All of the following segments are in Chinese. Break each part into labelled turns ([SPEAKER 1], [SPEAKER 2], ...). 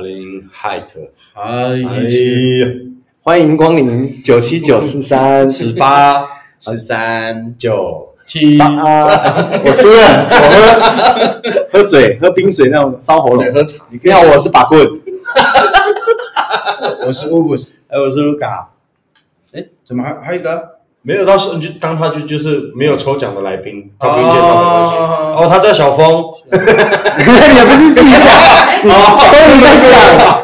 [SPEAKER 1] 嗯，height，
[SPEAKER 2] 哎
[SPEAKER 1] 哎
[SPEAKER 2] 一
[SPEAKER 1] 呀，
[SPEAKER 3] 欢迎光临九七九四 三
[SPEAKER 1] 十八
[SPEAKER 2] 十三
[SPEAKER 1] 九
[SPEAKER 2] 七，
[SPEAKER 3] 八啊！我输了，我喝喝水，喝冰水那种烧喉咙
[SPEAKER 1] 对，。喝茶。
[SPEAKER 3] 你看我是把 棍，
[SPEAKER 2] 我是 Ubus。
[SPEAKER 1] 哎，我是卢卡，
[SPEAKER 2] 哎，怎么还还有一个？
[SPEAKER 1] 没有到时候你就当他就就是没有抽奖的来宾，他给你介绍没关系。
[SPEAKER 2] 哦
[SPEAKER 1] 哦，他叫小峰。
[SPEAKER 3] 你不是自己讲， 都你在讲。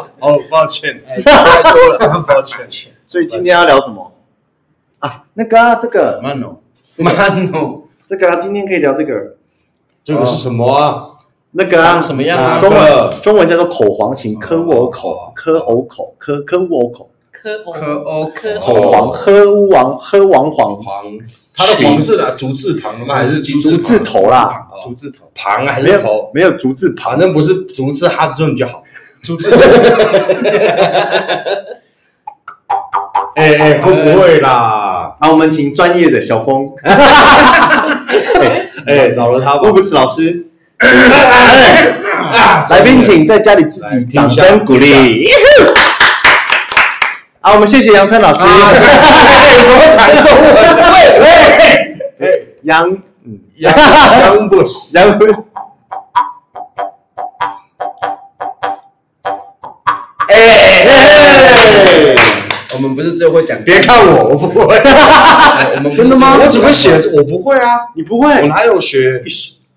[SPEAKER 1] 哦，抱歉，
[SPEAKER 2] 哎，太多了，
[SPEAKER 1] 抱歉。
[SPEAKER 3] 所以今天要聊什么啊？那个啊，这个
[SPEAKER 2] 慢哦，慢哦，
[SPEAKER 3] 这个啊，今天可以聊这个
[SPEAKER 1] 这个是什么啊？
[SPEAKER 3] 那个啊，
[SPEAKER 2] 长什么样
[SPEAKER 1] 哪
[SPEAKER 2] 啊？
[SPEAKER 1] 个
[SPEAKER 3] 中文中文叫做口黄型，科我口
[SPEAKER 2] 哦，
[SPEAKER 3] 科欧口，科科我口，
[SPEAKER 4] 科欧
[SPEAKER 2] 科欧
[SPEAKER 4] 科
[SPEAKER 1] 哦
[SPEAKER 4] 欧
[SPEAKER 3] 口黄，喝乌王，喝王黄，
[SPEAKER 1] 黄，
[SPEAKER 2] 它的黄
[SPEAKER 1] 是哪？竹字旁的
[SPEAKER 2] 吗还是竹
[SPEAKER 3] 竹字头啦，
[SPEAKER 1] 哦
[SPEAKER 2] 竹字头，
[SPEAKER 1] 旁还
[SPEAKER 3] 没
[SPEAKER 1] 是
[SPEAKER 3] 有
[SPEAKER 1] 头？
[SPEAKER 3] 没有竹字
[SPEAKER 1] 反
[SPEAKER 3] 旁，
[SPEAKER 1] 正不是竹字哈顿就好。
[SPEAKER 2] 竹字头，
[SPEAKER 1] 哎哎，会不会啦？
[SPEAKER 3] 啊，我们请专业的小峰，啊
[SPEAKER 1] 哎，找了他吧
[SPEAKER 3] 乌。布斯老师。
[SPEAKER 1] 啊
[SPEAKER 3] 来宾，请在家里自己掌声鼓励。 好，我们谢谢杨川老师。
[SPEAKER 1] 啊我讲中文。哎
[SPEAKER 3] 杨，嗯，
[SPEAKER 1] 杨杨不是。
[SPEAKER 3] 杨，
[SPEAKER 1] 哎，
[SPEAKER 2] 我们不是最会讲，
[SPEAKER 1] 别看我，我不 会。
[SPEAKER 2] 我们
[SPEAKER 3] 真的吗
[SPEAKER 1] 我只会写，我不会啊。
[SPEAKER 3] 你不
[SPEAKER 1] 我
[SPEAKER 3] 会？
[SPEAKER 1] 哪有学？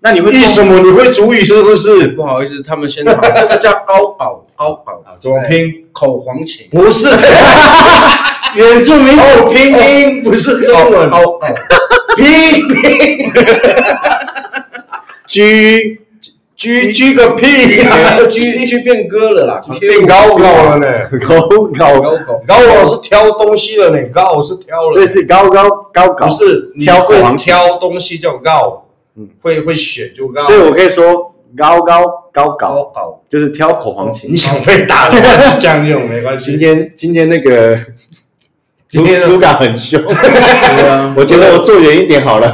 [SPEAKER 3] 那你会
[SPEAKER 1] 为什
[SPEAKER 3] 做？
[SPEAKER 1] 么你会主语是不是？
[SPEAKER 2] 不好意思，他们现场这个叫高保，高保
[SPEAKER 1] 啊，怎么拼？
[SPEAKER 2] 口黄琴，
[SPEAKER 1] 不是
[SPEAKER 3] 原住民
[SPEAKER 1] 哦，拼音不是中文，
[SPEAKER 2] 高保
[SPEAKER 1] 哦拼拼
[SPEAKER 3] 居
[SPEAKER 1] 居居个屁啊！
[SPEAKER 2] 去
[SPEAKER 1] 居
[SPEAKER 2] 去变歌了啦，
[SPEAKER 1] 变高高了呢，
[SPEAKER 3] 高高，
[SPEAKER 2] 高狗，
[SPEAKER 1] 高我是挑东西了呢，高我是挑
[SPEAKER 3] 所以
[SPEAKER 1] 了，
[SPEAKER 3] 是高高高高
[SPEAKER 1] 不。是你
[SPEAKER 3] 挑
[SPEAKER 1] 会
[SPEAKER 3] 黄
[SPEAKER 1] 挑东西叫高
[SPEAKER 3] 嗯，
[SPEAKER 1] 会会选就高
[SPEAKER 3] 所。以我可以说高高高高，
[SPEAKER 2] 狗，
[SPEAKER 3] 就是挑口黄琴
[SPEAKER 1] 你。想被打的话就这样用没关
[SPEAKER 3] 今
[SPEAKER 1] 系。
[SPEAKER 3] 天今天那个
[SPEAKER 1] 今天呢
[SPEAKER 3] 卢卡很凶，
[SPEAKER 2] 对啊，
[SPEAKER 3] 我觉得我坐远一点好了。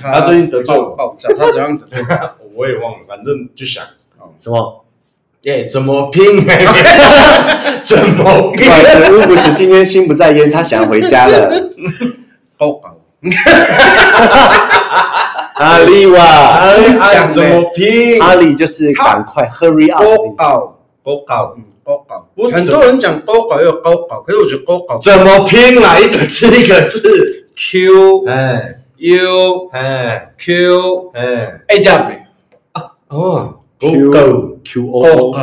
[SPEAKER 2] 他
[SPEAKER 1] 他最近得罪我
[SPEAKER 2] 爆爆炸，他怎样得罪？
[SPEAKER 1] 我也忘了，反正就想，
[SPEAKER 3] 什么？
[SPEAKER 1] 哎，怎么拼？怎么
[SPEAKER 3] 不
[SPEAKER 1] 拼？
[SPEAKER 3] 好意思，乌布斯今天心不在焉，他想回家了。
[SPEAKER 2] 高狗，
[SPEAKER 3] 阿里哇，
[SPEAKER 1] 哎，怎么拼？
[SPEAKER 3] 阿里就是赶快 hurry up
[SPEAKER 2] 高
[SPEAKER 3] 的意思。
[SPEAKER 2] 狗。
[SPEAKER 1] 我搞
[SPEAKER 2] 嗯，高搞
[SPEAKER 1] 我，
[SPEAKER 2] 很多人讲高搞又高搞，可是我觉得高搞
[SPEAKER 1] 怎么拼啦？一个字一个字，
[SPEAKER 2] Q
[SPEAKER 1] 哎
[SPEAKER 2] U
[SPEAKER 1] 哎
[SPEAKER 2] Q
[SPEAKER 1] 哎，
[SPEAKER 2] A W
[SPEAKER 1] 哦
[SPEAKER 3] Q
[SPEAKER 1] 狗狗
[SPEAKER 3] Q
[SPEAKER 2] 高
[SPEAKER 3] O，
[SPEAKER 2] 搞，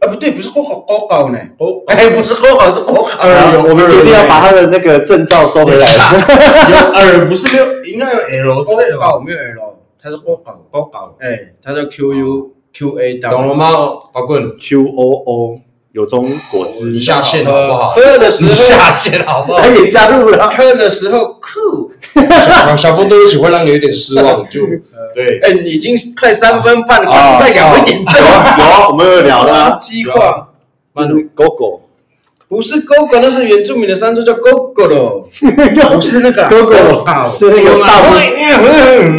[SPEAKER 2] 啊不对，不是高搞高搞呢，
[SPEAKER 1] 狗狗，
[SPEAKER 2] 哎不是高搞是高搞，
[SPEAKER 3] 然后我们决定要把他的那个证照收回来。
[SPEAKER 1] 有耳不是六，应该有 L 之类的
[SPEAKER 2] 高
[SPEAKER 1] 吧？
[SPEAKER 2] 搞没有 L，它是高搞，
[SPEAKER 1] 狗狗，
[SPEAKER 2] 哎，它叫 Q U Q A
[SPEAKER 1] 懂
[SPEAKER 2] W，
[SPEAKER 1] 了吗？宝棍，
[SPEAKER 3] Q O O，有中果
[SPEAKER 1] 你
[SPEAKER 3] 汁，
[SPEAKER 1] 下线好不好？
[SPEAKER 2] 喝的时
[SPEAKER 1] 你
[SPEAKER 2] 候
[SPEAKER 1] 下线好不好
[SPEAKER 3] 他？也加入了。
[SPEAKER 2] 喝的时候酷，
[SPEAKER 1] 小小峰对不起，会让你有点失望，就对。
[SPEAKER 2] 哎，已经快三分半了，
[SPEAKER 3] 啊
[SPEAKER 2] 快两分点
[SPEAKER 3] 有啊有，我们有聊 了，
[SPEAKER 2] 激化。
[SPEAKER 3] 就是狗狗
[SPEAKER 2] 不是 GoGo，那是原住民的山猪叫 GoGo 的，不是那个啊
[SPEAKER 3] Gogo
[SPEAKER 2] 好，
[SPEAKER 3] 是那个大 拇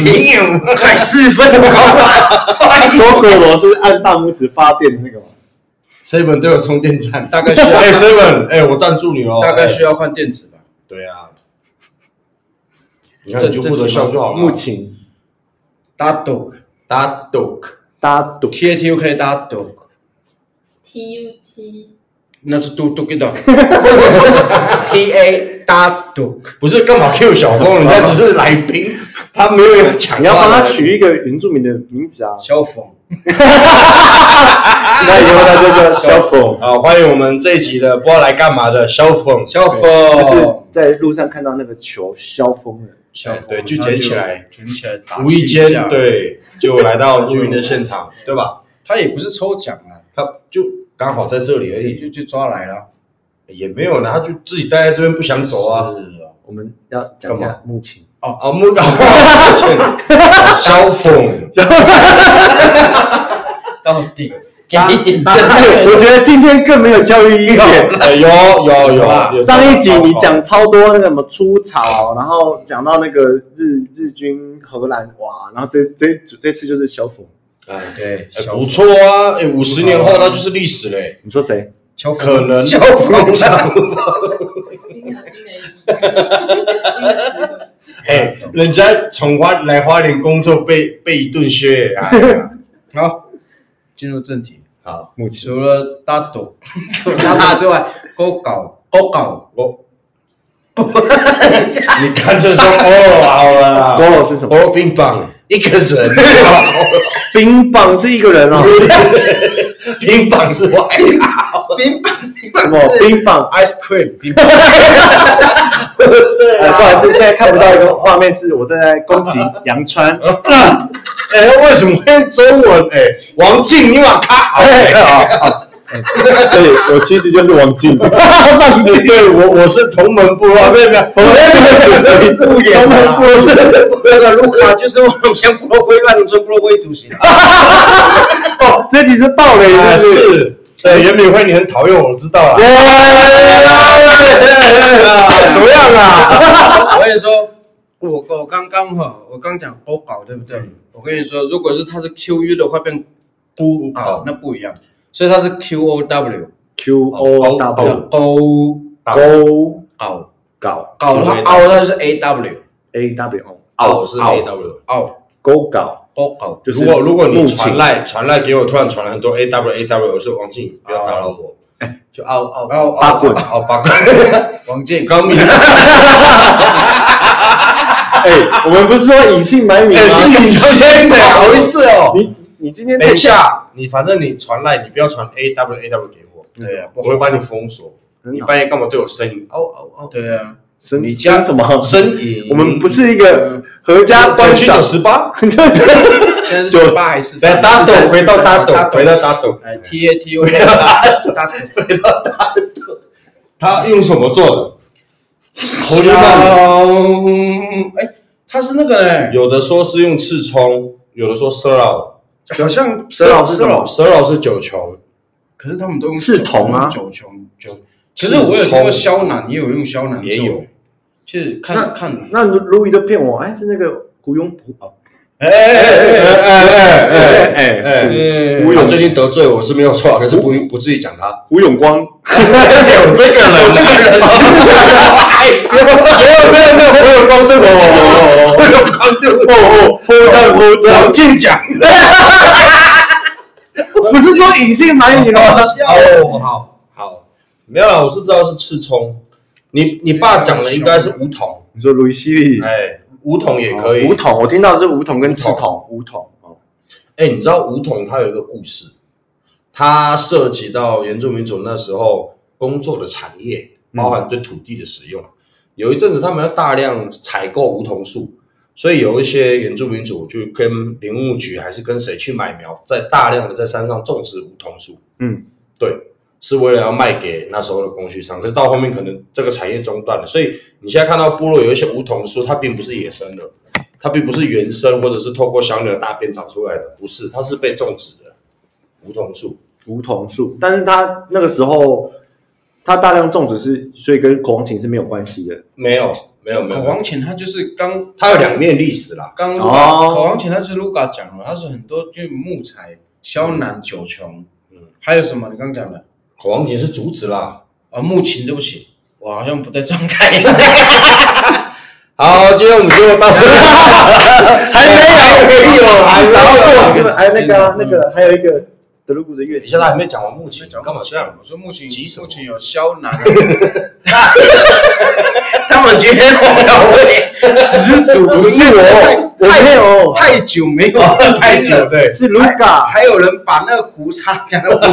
[SPEAKER 1] 停有，
[SPEAKER 2] 快四分钟了，
[SPEAKER 3] 狗狗罗啊是按大拇指发电的那个吗？
[SPEAKER 1] ，seven 都有充电站。
[SPEAKER 2] 大概需
[SPEAKER 1] 哎
[SPEAKER 2] 要
[SPEAKER 1] ，seven，哎，我赞助你哦。
[SPEAKER 2] 大概需
[SPEAKER 1] 要。
[SPEAKER 2] 要换电池吧。
[SPEAKER 1] 对啊，你看你就负责笑就好了。
[SPEAKER 3] 木琴
[SPEAKER 2] 搭 dog
[SPEAKER 1] 打 dog，
[SPEAKER 3] 搭赌
[SPEAKER 2] T A T U K 搭 dog，
[SPEAKER 4] T U T
[SPEAKER 2] 那是嘟嘟给的 T A 搭 dog，
[SPEAKER 1] 不是干嘛 Q 小峰，人家只是来宾，他没有要抢。
[SPEAKER 3] 你要帮他取一个原住民的名字啊，
[SPEAKER 2] 消防
[SPEAKER 3] 那以后他就叫小凤，
[SPEAKER 1] 啊！欢迎我们这一集的不知道来干嘛的小峰，
[SPEAKER 2] 消
[SPEAKER 3] 就是
[SPEAKER 2] 防
[SPEAKER 3] 在路上看到那个球消风了。
[SPEAKER 2] 消防，
[SPEAKER 1] 对就捡起来，
[SPEAKER 2] 捡起来，
[SPEAKER 1] 无意间，对就来到录音的现场，对吧？
[SPEAKER 2] 他也不是抽奖啊，
[SPEAKER 1] 他就刚好在这里而已，
[SPEAKER 2] 就就抓来了，
[SPEAKER 1] 也没有啦，他就自己待在这边不想走啊。
[SPEAKER 2] 是啊，
[SPEAKER 3] 我们要讲一
[SPEAKER 1] 干
[SPEAKER 3] 下木琴，
[SPEAKER 1] 啊，木岛， 小凤，
[SPEAKER 2] 到底给
[SPEAKER 1] 搭
[SPEAKER 2] 你点
[SPEAKER 1] 搭
[SPEAKER 2] 正确
[SPEAKER 3] 我觉得今天更没有教育意义了。
[SPEAKER 1] 哎有有有，
[SPEAKER 3] 上一集你讲超多那个什么出草，然后讲到那个日日军荷兰哇，然后这这这次就是小粉，
[SPEAKER 2] 啊，对
[SPEAKER 1] 哎，不错啊，哎，五十年后那就是历史嘞，
[SPEAKER 3] 你说谁？
[SPEAKER 2] 乔福
[SPEAKER 1] 可能
[SPEAKER 2] 乔福长，
[SPEAKER 4] 今天新 的一年新的时候
[SPEAKER 1] 哎，人家从花来花莲工作被被一顿削，哎 呀，
[SPEAKER 2] 好，进入正题。
[SPEAKER 1] 好，
[SPEAKER 3] 目前
[SPEAKER 2] 除了大 朵、大大之外，勾搞、勾搞、
[SPEAKER 1] 我，你干脆说哦，好了啦，
[SPEAKER 3] Goro 是什么？
[SPEAKER 1] 哦，冰棒一个人，
[SPEAKER 3] 冰棒是一个人哦，
[SPEAKER 1] 冰棒是外号，
[SPEAKER 2] 冰棒、冰
[SPEAKER 3] 什
[SPEAKER 2] 棒
[SPEAKER 3] 么
[SPEAKER 2] 是
[SPEAKER 3] 冰棒？
[SPEAKER 2] ice cream 冰棒。
[SPEAKER 1] 不是
[SPEAKER 3] 哎，不好意
[SPEAKER 1] 啊？
[SPEAKER 3] 思，现在看不到一个画面，是我正在攻击杨川。
[SPEAKER 1] 哎，为什么会中文？哎，王静，你往卡好
[SPEAKER 3] 哎，
[SPEAKER 1] 哎。
[SPEAKER 3] 好，好对，我其实就是王静，忘记
[SPEAKER 1] 对，我我是同门部啊，没有没有，我
[SPEAKER 3] 是不
[SPEAKER 1] 同
[SPEAKER 3] 演
[SPEAKER 1] 门部是
[SPEAKER 2] 那个卢卡就是我们像部落会办农村部落会主 席，
[SPEAKER 3] 哦，这集是爆雷，
[SPEAKER 1] 啊
[SPEAKER 3] 是不是？
[SPEAKER 1] 是，对，袁敏慧你很讨厌我，我知道啊。
[SPEAKER 3] 耶怎么样啊？
[SPEAKER 2] 我跟你说，我我刚刚哈，我刚讲勾搞对不对？
[SPEAKER 3] 嗯
[SPEAKER 2] 我跟你说，如果是它是 QU 的话，变
[SPEAKER 1] 不
[SPEAKER 2] 啊，那不一样，所以它是 QOW
[SPEAKER 3] Q O W
[SPEAKER 2] 勾
[SPEAKER 3] 勾
[SPEAKER 2] 哦搞
[SPEAKER 3] 搞
[SPEAKER 2] 搞的话，凹它就是 AW
[SPEAKER 3] A W
[SPEAKER 1] 哦是 A W。
[SPEAKER 2] 凹
[SPEAKER 3] 勾搞，
[SPEAKER 2] 勾搞，
[SPEAKER 3] 就是
[SPEAKER 1] 如果如果你传
[SPEAKER 3] 来，
[SPEAKER 1] 赖传赖给我，突然传了很多 A W A W，我说王静，不要打扰我，
[SPEAKER 2] 就凹凹
[SPEAKER 1] 然后
[SPEAKER 2] 凹
[SPEAKER 3] 八
[SPEAKER 2] 凹
[SPEAKER 3] 棍
[SPEAKER 1] 好八卦，
[SPEAKER 2] 王健
[SPEAKER 1] 高明，
[SPEAKER 3] 哎，我们不是说隐姓埋名吗？
[SPEAKER 1] 你先的，好意思哦。
[SPEAKER 3] 你你今天
[SPEAKER 1] 等一下，你反正你传赖，你不要传 A W A W 给我，
[SPEAKER 2] 对呀，不
[SPEAKER 1] 我
[SPEAKER 2] 好
[SPEAKER 1] 会把你封锁。你半夜干嘛对我呻吟？哦哦哦，
[SPEAKER 2] 对啊，
[SPEAKER 3] 生
[SPEAKER 2] 你家
[SPEAKER 3] 什么？
[SPEAKER 1] 呻吟。
[SPEAKER 3] 我们不是一个合家观
[SPEAKER 1] 九七
[SPEAKER 3] 赏
[SPEAKER 1] 九，十八。
[SPEAKER 2] 现在是九八还哎是
[SPEAKER 1] 对，打斗哎回到打斗，回到打斗。
[SPEAKER 2] 哎 T A T O 打打
[SPEAKER 1] 他用什么做的？红牛棒，
[SPEAKER 2] 小，哎，他是那个哎嘞，
[SPEAKER 1] 有的说是用刺冲，有的说蛇老，
[SPEAKER 2] 好像
[SPEAKER 3] 佘老师
[SPEAKER 2] 佘老
[SPEAKER 1] 蛇老是九球，
[SPEAKER 2] 可是他们都用
[SPEAKER 3] 是铜啊
[SPEAKER 2] 九穷九。可是我有听过萧楠，也有用萧楠，
[SPEAKER 1] 也有。
[SPEAKER 2] 其实
[SPEAKER 3] 那
[SPEAKER 2] 看看，
[SPEAKER 3] 那路易就骗我，哎，是那个胡庸普哦，
[SPEAKER 2] 哎哎哎哎
[SPEAKER 1] 哎
[SPEAKER 3] 哎哎哎，
[SPEAKER 2] 哎，
[SPEAKER 3] 我
[SPEAKER 1] 他最近得罪我是没有错，可是不不至于讲他。
[SPEAKER 3] 胡永光，
[SPEAKER 1] 有这个人，这个人，
[SPEAKER 3] 没有没有胡永光对我，
[SPEAKER 1] 我有刚对
[SPEAKER 3] 哦哦，我我
[SPEAKER 1] 王
[SPEAKER 3] 我，
[SPEAKER 1] 静讲。
[SPEAKER 3] 不是说隐姓埋名吗？
[SPEAKER 1] 哦，好好，没有啦，我是知道是刺冲。你你爸讲的应该是梧桐，
[SPEAKER 3] 你说鲁西利
[SPEAKER 1] 哎，梧桐也可以。
[SPEAKER 3] 五桶，我听到是五桶跟赤桶，五桶哦，
[SPEAKER 1] 哎、你知道梧桐它有一个故事，它涉及到原住民族那时候工作的产业，包含对土地的使用。有一阵子他们要大量采购梧桐树，所以有一些原住民族就跟林务局还是跟谁去买苗，在大量的在山上种植梧桐树。
[SPEAKER 3] 嗯，
[SPEAKER 1] 对，是为了要卖给那时候的供需商。可是到后面可能这个产业中断了，所以你现在看到部落有一些梧桐树，它并不是野生的，它并不是原生或者是透过小鸟的大便长出来的，不是，它是被种植的梧桐树。
[SPEAKER 3] 梧桐树，但是它那个时候它大量种植是，所以跟口簧琴是没有关系的。
[SPEAKER 1] 没有，没有，没
[SPEAKER 2] 口
[SPEAKER 1] 有，
[SPEAKER 2] 簧琴它就是刚
[SPEAKER 1] 它有两面历史啦。
[SPEAKER 2] 刚
[SPEAKER 3] 哦
[SPEAKER 2] Luca- 口簧琴它就是 Luca 讲了，它是很多就是木材、萧楠、九穷，
[SPEAKER 1] 嗯
[SPEAKER 2] 还有什么？你刚讲的
[SPEAKER 1] 口簧琴是竹子啦。
[SPEAKER 2] 啊，木琴对不起，我好像不在状态。
[SPEAKER 1] 好，今天我们就到此。
[SPEAKER 3] 还没有，还
[SPEAKER 1] 没有
[SPEAKER 3] 没有，还有那个啊那个，还有一个德鲁古的乐
[SPEAKER 1] 你
[SPEAKER 3] 器
[SPEAKER 1] 现，在还没讲完木琴，干嘛这样？
[SPEAKER 2] 我说木琴，
[SPEAKER 1] 急什么
[SPEAKER 2] 木琴有萧楠， 他们觉得我要会十足
[SPEAKER 3] 不是我，我没有，
[SPEAKER 2] 太久没有
[SPEAKER 1] 太
[SPEAKER 2] 太久
[SPEAKER 1] 久，
[SPEAKER 2] 了，
[SPEAKER 1] 对，
[SPEAKER 3] 是 Luca，
[SPEAKER 2] 还有人把那个胡叉讲到我的，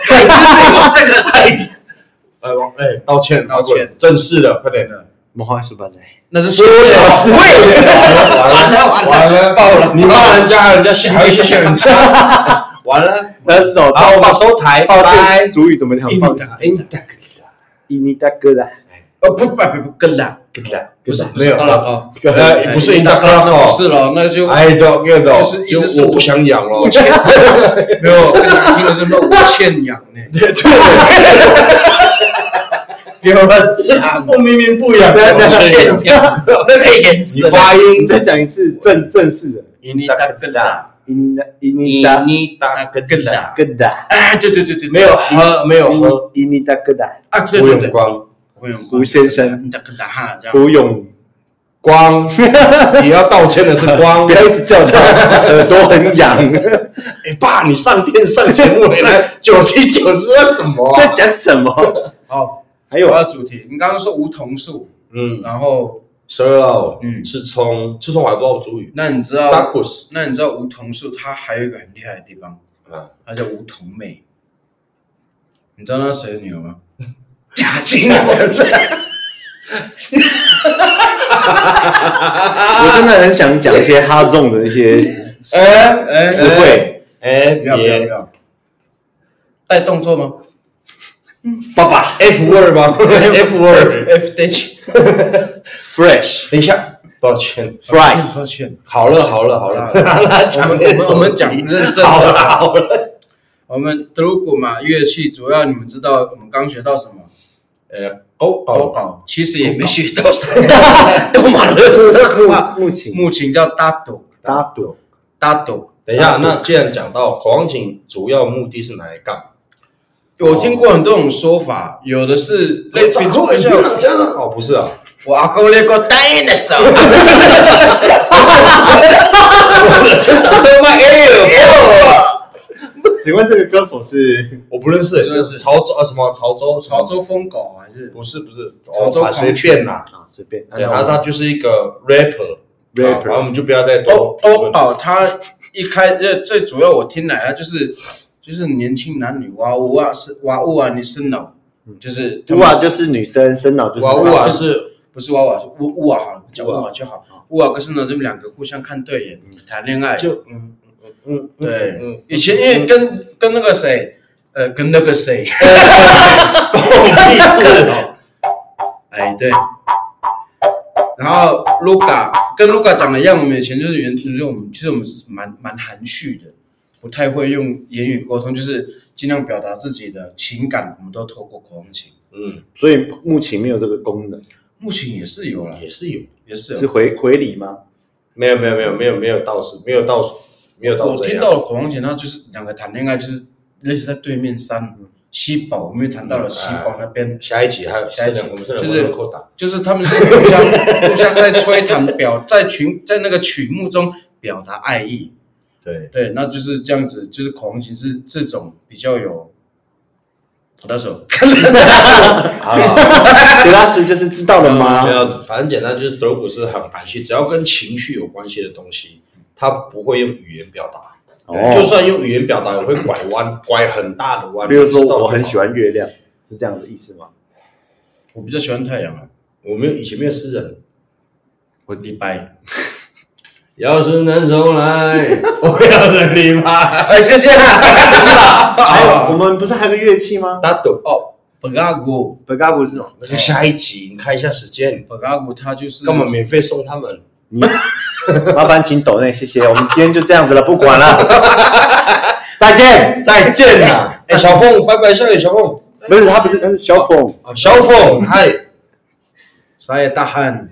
[SPEAKER 2] 太久这个太久
[SPEAKER 1] 呃，王哎，道歉，
[SPEAKER 2] 道歉，
[SPEAKER 1] 正式的，快点。
[SPEAKER 2] 了，
[SPEAKER 3] 魔幻书本的，
[SPEAKER 2] 那是说的，
[SPEAKER 1] 完了完了完了爆了！你骂人家，人家谢还会谢谢人家， 完了。
[SPEAKER 3] 那是什么？
[SPEAKER 1] 好，我们收台，拜
[SPEAKER 3] 抱
[SPEAKER 1] 拜
[SPEAKER 3] 歉，。主语怎么讲？
[SPEAKER 2] 印
[SPEAKER 3] 抱
[SPEAKER 2] 尼
[SPEAKER 3] 歉，
[SPEAKER 2] 的，
[SPEAKER 3] 伊尼大哥的，
[SPEAKER 2] 哦不不不不跟啦，不是
[SPEAKER 1] 没有
[SPEAKER 2] 好了哦，
[SPEAKER 1] 呃，不是印大哥
[SPEAKER 2] 不
[SPEAKER 1] 哦，
[SPEAKER 2] 是了，那就
[SPEAKER 1] I don't get it，
[SPEAKER 2] 就是意思是
[SPEAKER 1] 就我不想养了
[SPEAKER 2] 五。千，没有，我跟你讲，听的是那种五千养呢，
[SPEAKER 1] 对对，
[SPEAKER 2] 不要乱讲，
[SPEAKER 1] 我明明不养，
[SPEAKER 3] 对
[SPEAKER 1] 我不
[SPEAKER 3] 对
[SPEAKER 1] 想养
[SPEAKER 2] 养，那个颜
[SPEAKER 1] 你发
[SPEAKER 3] 你
[SPEAKER 1] 音
[SPEAKER 3] 再讲一次正正式的，
[SPEAKER 2] 印尼大哥啦，
[SPEAKER 3] 伊伊尼达伊尼
[SPEAKER 1] 伊
[SPEAKER 3] 达
[SPEAKER 1] 尼达格达，
[SPEAKER 3] 格达，
[SPEAKER 2] 哎，对对对对，
[SPEAKER 1] 没有喝，没有喝，
[SPEAKER 3] 伊尼达格达，
[SPEAKER 2] 啊，对
[SPEAKER 1] 胡
[SPEAKER 2] 对
[SPEAKER 1] 永
[SPEAKER 2] 对，
[SPEAKER 1] 光，
[SPEAKER 2] 胡永
[SPEAKER 3] 胡先生，
[SPEAKER 2] 你跟他哈这样，
[SPEAKER 3] 胡勇，
[SPEAKER 1] 光，你要道歉的是光
[SPEAKER 3] 不。要一直叫他，耳朵很痒，
[SPEAKER 1] 哎爸，你上电视上节目你来九七九十二什么啊？
[SPEAKER 3] 在讲什么？
[SPEAKER 2] 好，
[SPEAKER 3] 还
[SPEAKER 2] 我
[SPEAKER 3] 有
[SPEAKER 2] 要主题，你刚刚说梧桐树，
[SPEAKER 1] 嗯，
[SPEAKER 2] 然后
[SPEAKER 1] 蛇肉，
[SPEAKER 2] 嗯
[SPEAKER 1] 刺葱，刺葱我还不知道主语，
[SPEAKER 2] 那你知
[SPEAKER 1] 沙
[SPEAKER 2] 道，
[SPEAKER 1] 古斯，
[SPEAKER 2] 那你知道梧桐树它还有一个很厉害的地方，
[SPEAKER 1] 啊，
[SPEAKER 2] 它叫梧桐妹，你知道那谁的女儿吗？
[SPEAKER 1] 假金啊，
[SPEAKER 3] 我真的很想讲一些哈众的一些
[SPEAKER 1] 哎
[SPEAKER 2] 哎，
[SPEAKER 3] 词汇，
[SPEAKER 1] 哎，
[SPEAKER 2] 不要不要不
[SPEAKER 1] 别
[SPEAKER 2] 要，带动作吗
[SPEAKER 3] 爸爸
[SPEAKER 1] F 二吧，F 二，
[SPEAKER 2] ？F H，
[SPEAKER 3] ，fresh
[SPEAKER 1] 等一下，抱歉，
[SPEAKER 3] fries，
[SPEAKER 2] 歉，
[SPEAKER 1] 好了好 了好了，
[SPEAKER 2] 我们我们我们讲认真
[SPEAKER 1] 好了
[SPEAKER 2] 的，
[SPEAKER 1] 好了，
[SPEAKER 2] 我们德鲁古嘛乐器主要你们知道我们刚学到什么？
[SPEAKER 1] 呃，勾
[SPEAKER 2] 高
[SPEAKER 1] 哦，
[SPEAKER 2] 考其实也没学到什么，都马勒斯话。
[SPEAKER 3] 木木琴
[SPEAKER 2] 木琴叫搭斗，
[SPEAKER 3] 打赌，
[SPEAKER 2] 搭斗。
[SPEAKER 1] 等一下，那既然讲到黄景，主要目的是拿来干嘛？
[SPEAKER 2] 我听过很多种说法，有的是类比如
[SPEAKER 1] 一下
[SPEAKER 2] 像，
[SPEAKER 1] 哦，不是啊，
[SPEAKER 2] 我阿公练过 dinosaur，
[SPEAKER 1] 成长都卖 A
[SPEAKER 3] 请问这个歌手是
[SPEAKER 1] 我不认识，
[SPEAKER 2] 真的
[SPEAKER 1] 就是是潮州啊什么潮州
[SPEAKER 2] 潮州疯狗还是
[SPEAKER 1] 不是不是，
[SPEAKER 2] 潮
[SPEAKER 1] 哦，
[SPEAKER 2] 州
[SPEAKER 1] 反
[SPEAKER 2] 狂
[SPEAKER 1] 随便啦，
[SPEAKER 3] 啊？随便，
[SPEAKER 1] 对，然后他就是一个 rapper，啊反正
[SPEAKER 3] rapper
[SPEAKER 1] 我们就不要再多评
[SPEAKER 2] 都都
[SPEAKER 1] 论
[SPEAKER 2] 宝？哦他一开呃最主要我听来他就是就是年轻男女哇呜啊是哇呜啊你是 no，就是
[SPEAKER 1] 嗯
[SPEAKER 2] 他
[SPEAKER 3] 乌
[SPEAKER 2] 们
[SPEAKER 3] 啊就是女生，生脑就是
[SPEAKER 1] 哇哇
[SPEAKER 3] 男生
[SPEAKER 1] 是
[SPEAKER 2] 不是哇哇是呜呜啊好了叫
[SPEAKER 1] 呜啊
[SPEAKER 2] 呜啊就好，呜啊跟是 no 这么两个互相看对眼谈恋爱
[SPEAKER 1] 就嗯嗯嗯嗯
[SPEAKER 2] 对，
[SPEAKER 1] 嗯
[SPEAKER 2] 以前因为跟跟那个谁，呃，跟那个谁，
[SPEAKER 1] 屁事，
[SPEAKER 2] 哎，对。然后 Luca 跟 Luca 长得一样，我们以前就是原就是我们其实我们是蛮蛮含蓄的，不太会用言语沟通，就是尽量表达自己的情感，我们都透过口红琴，
[SPEAKER 1] 嗯
[SPEAKER 3] 所以木琴没有这个功能，
[SPEAKER 2] 木琴也是有啦，
[SPEAKER 1] 也是有，
[SPEAKER 2] 也是
[SPEAKER 3] 是
[SPEAKER 2] 有。
[SPEAKER 3] 回回礼 吗？
[SPEAKER 1] 没有没有没有没有没有到是没有到没有到
[SPEAKER 2] 我
[SPEAKER 1] 这
[SPEAKER 2] 听
[SPEAKER 1] 样，
[SPEAKER 2] 到了口红琴，那就是两个谈恋爱，就是类似在对面山西堡，我们又谈到了西堡那边，
[SPEAKER 1] 下一集还有
[SPEAKER 2] 下一集
[SPEAKER 1] 剩两我们剩
[SPEAKER 2] 就是
[SPEAKER 1] 两个扣打，
[SPEAKER 2] 就是他们是互相互相在吹弹表，在群在那个曲目中表达爱意，
[SPEAKER 1] 对，
[SPEAKER 2] 对，那就是这样子，就是口红其实这种比较有，我到时候
[SPEAKER 1] 好了，
[SPEAKER 3] 所以当时就是知道了吗
[SPEAKER 1] 没？有，反正简单就是德古是很含蓄，只要跟情绪有关系的东西，他不会用语言表达。
[SPEAKER 3] 哦，
[SPEAKER 1] 就算用语言表达，也会拐弯，拐很大的弯。
[SPEAKER 3] 比如说
[SPEAKER 1] 你知道就好
[SPEAKER 3] 我很喜，欢月亮，是这样的意思吗？
[SPEAKER 2] 我比较喜欢太阳啊，
[SPEAKER 1] 我没有以前没有诗人，
[SPEAKER 2] 我李白，
[SPEAKER 1] 要是能重来，我要是你妈。
[SPEAKER 2] 哎，谢谢啊，
[SPEAKER 3] 还有我
[SPEAKER 2] 好，
[SPEAKER 3] 们不是还有个乐器吗？
[SPEAKER 1] 大斗，
[SPEAKER 2] 哦，本阿古，
[SPEAKER 3] 贝嘎鼓是什么？
[SPEAKER 1] 那是下一集，你看一下时间，
[SPEAKER 2] 本阿古他就是
[SPEAKER 1] 根本免费送他们。
[SPEAKER 3] 你 麻烦请抖内，谢谢。我们今天就这样子了，不管了， 再见。
[SPEAKER 1] 再见啦，哎，小凤，拜拜，下个小凤，
[SPEAKER 3] 不是他不是，他是小凤。
[SPEAKER 1] 小凤，嗨。
[SPEAKER 2] 啥也大汉。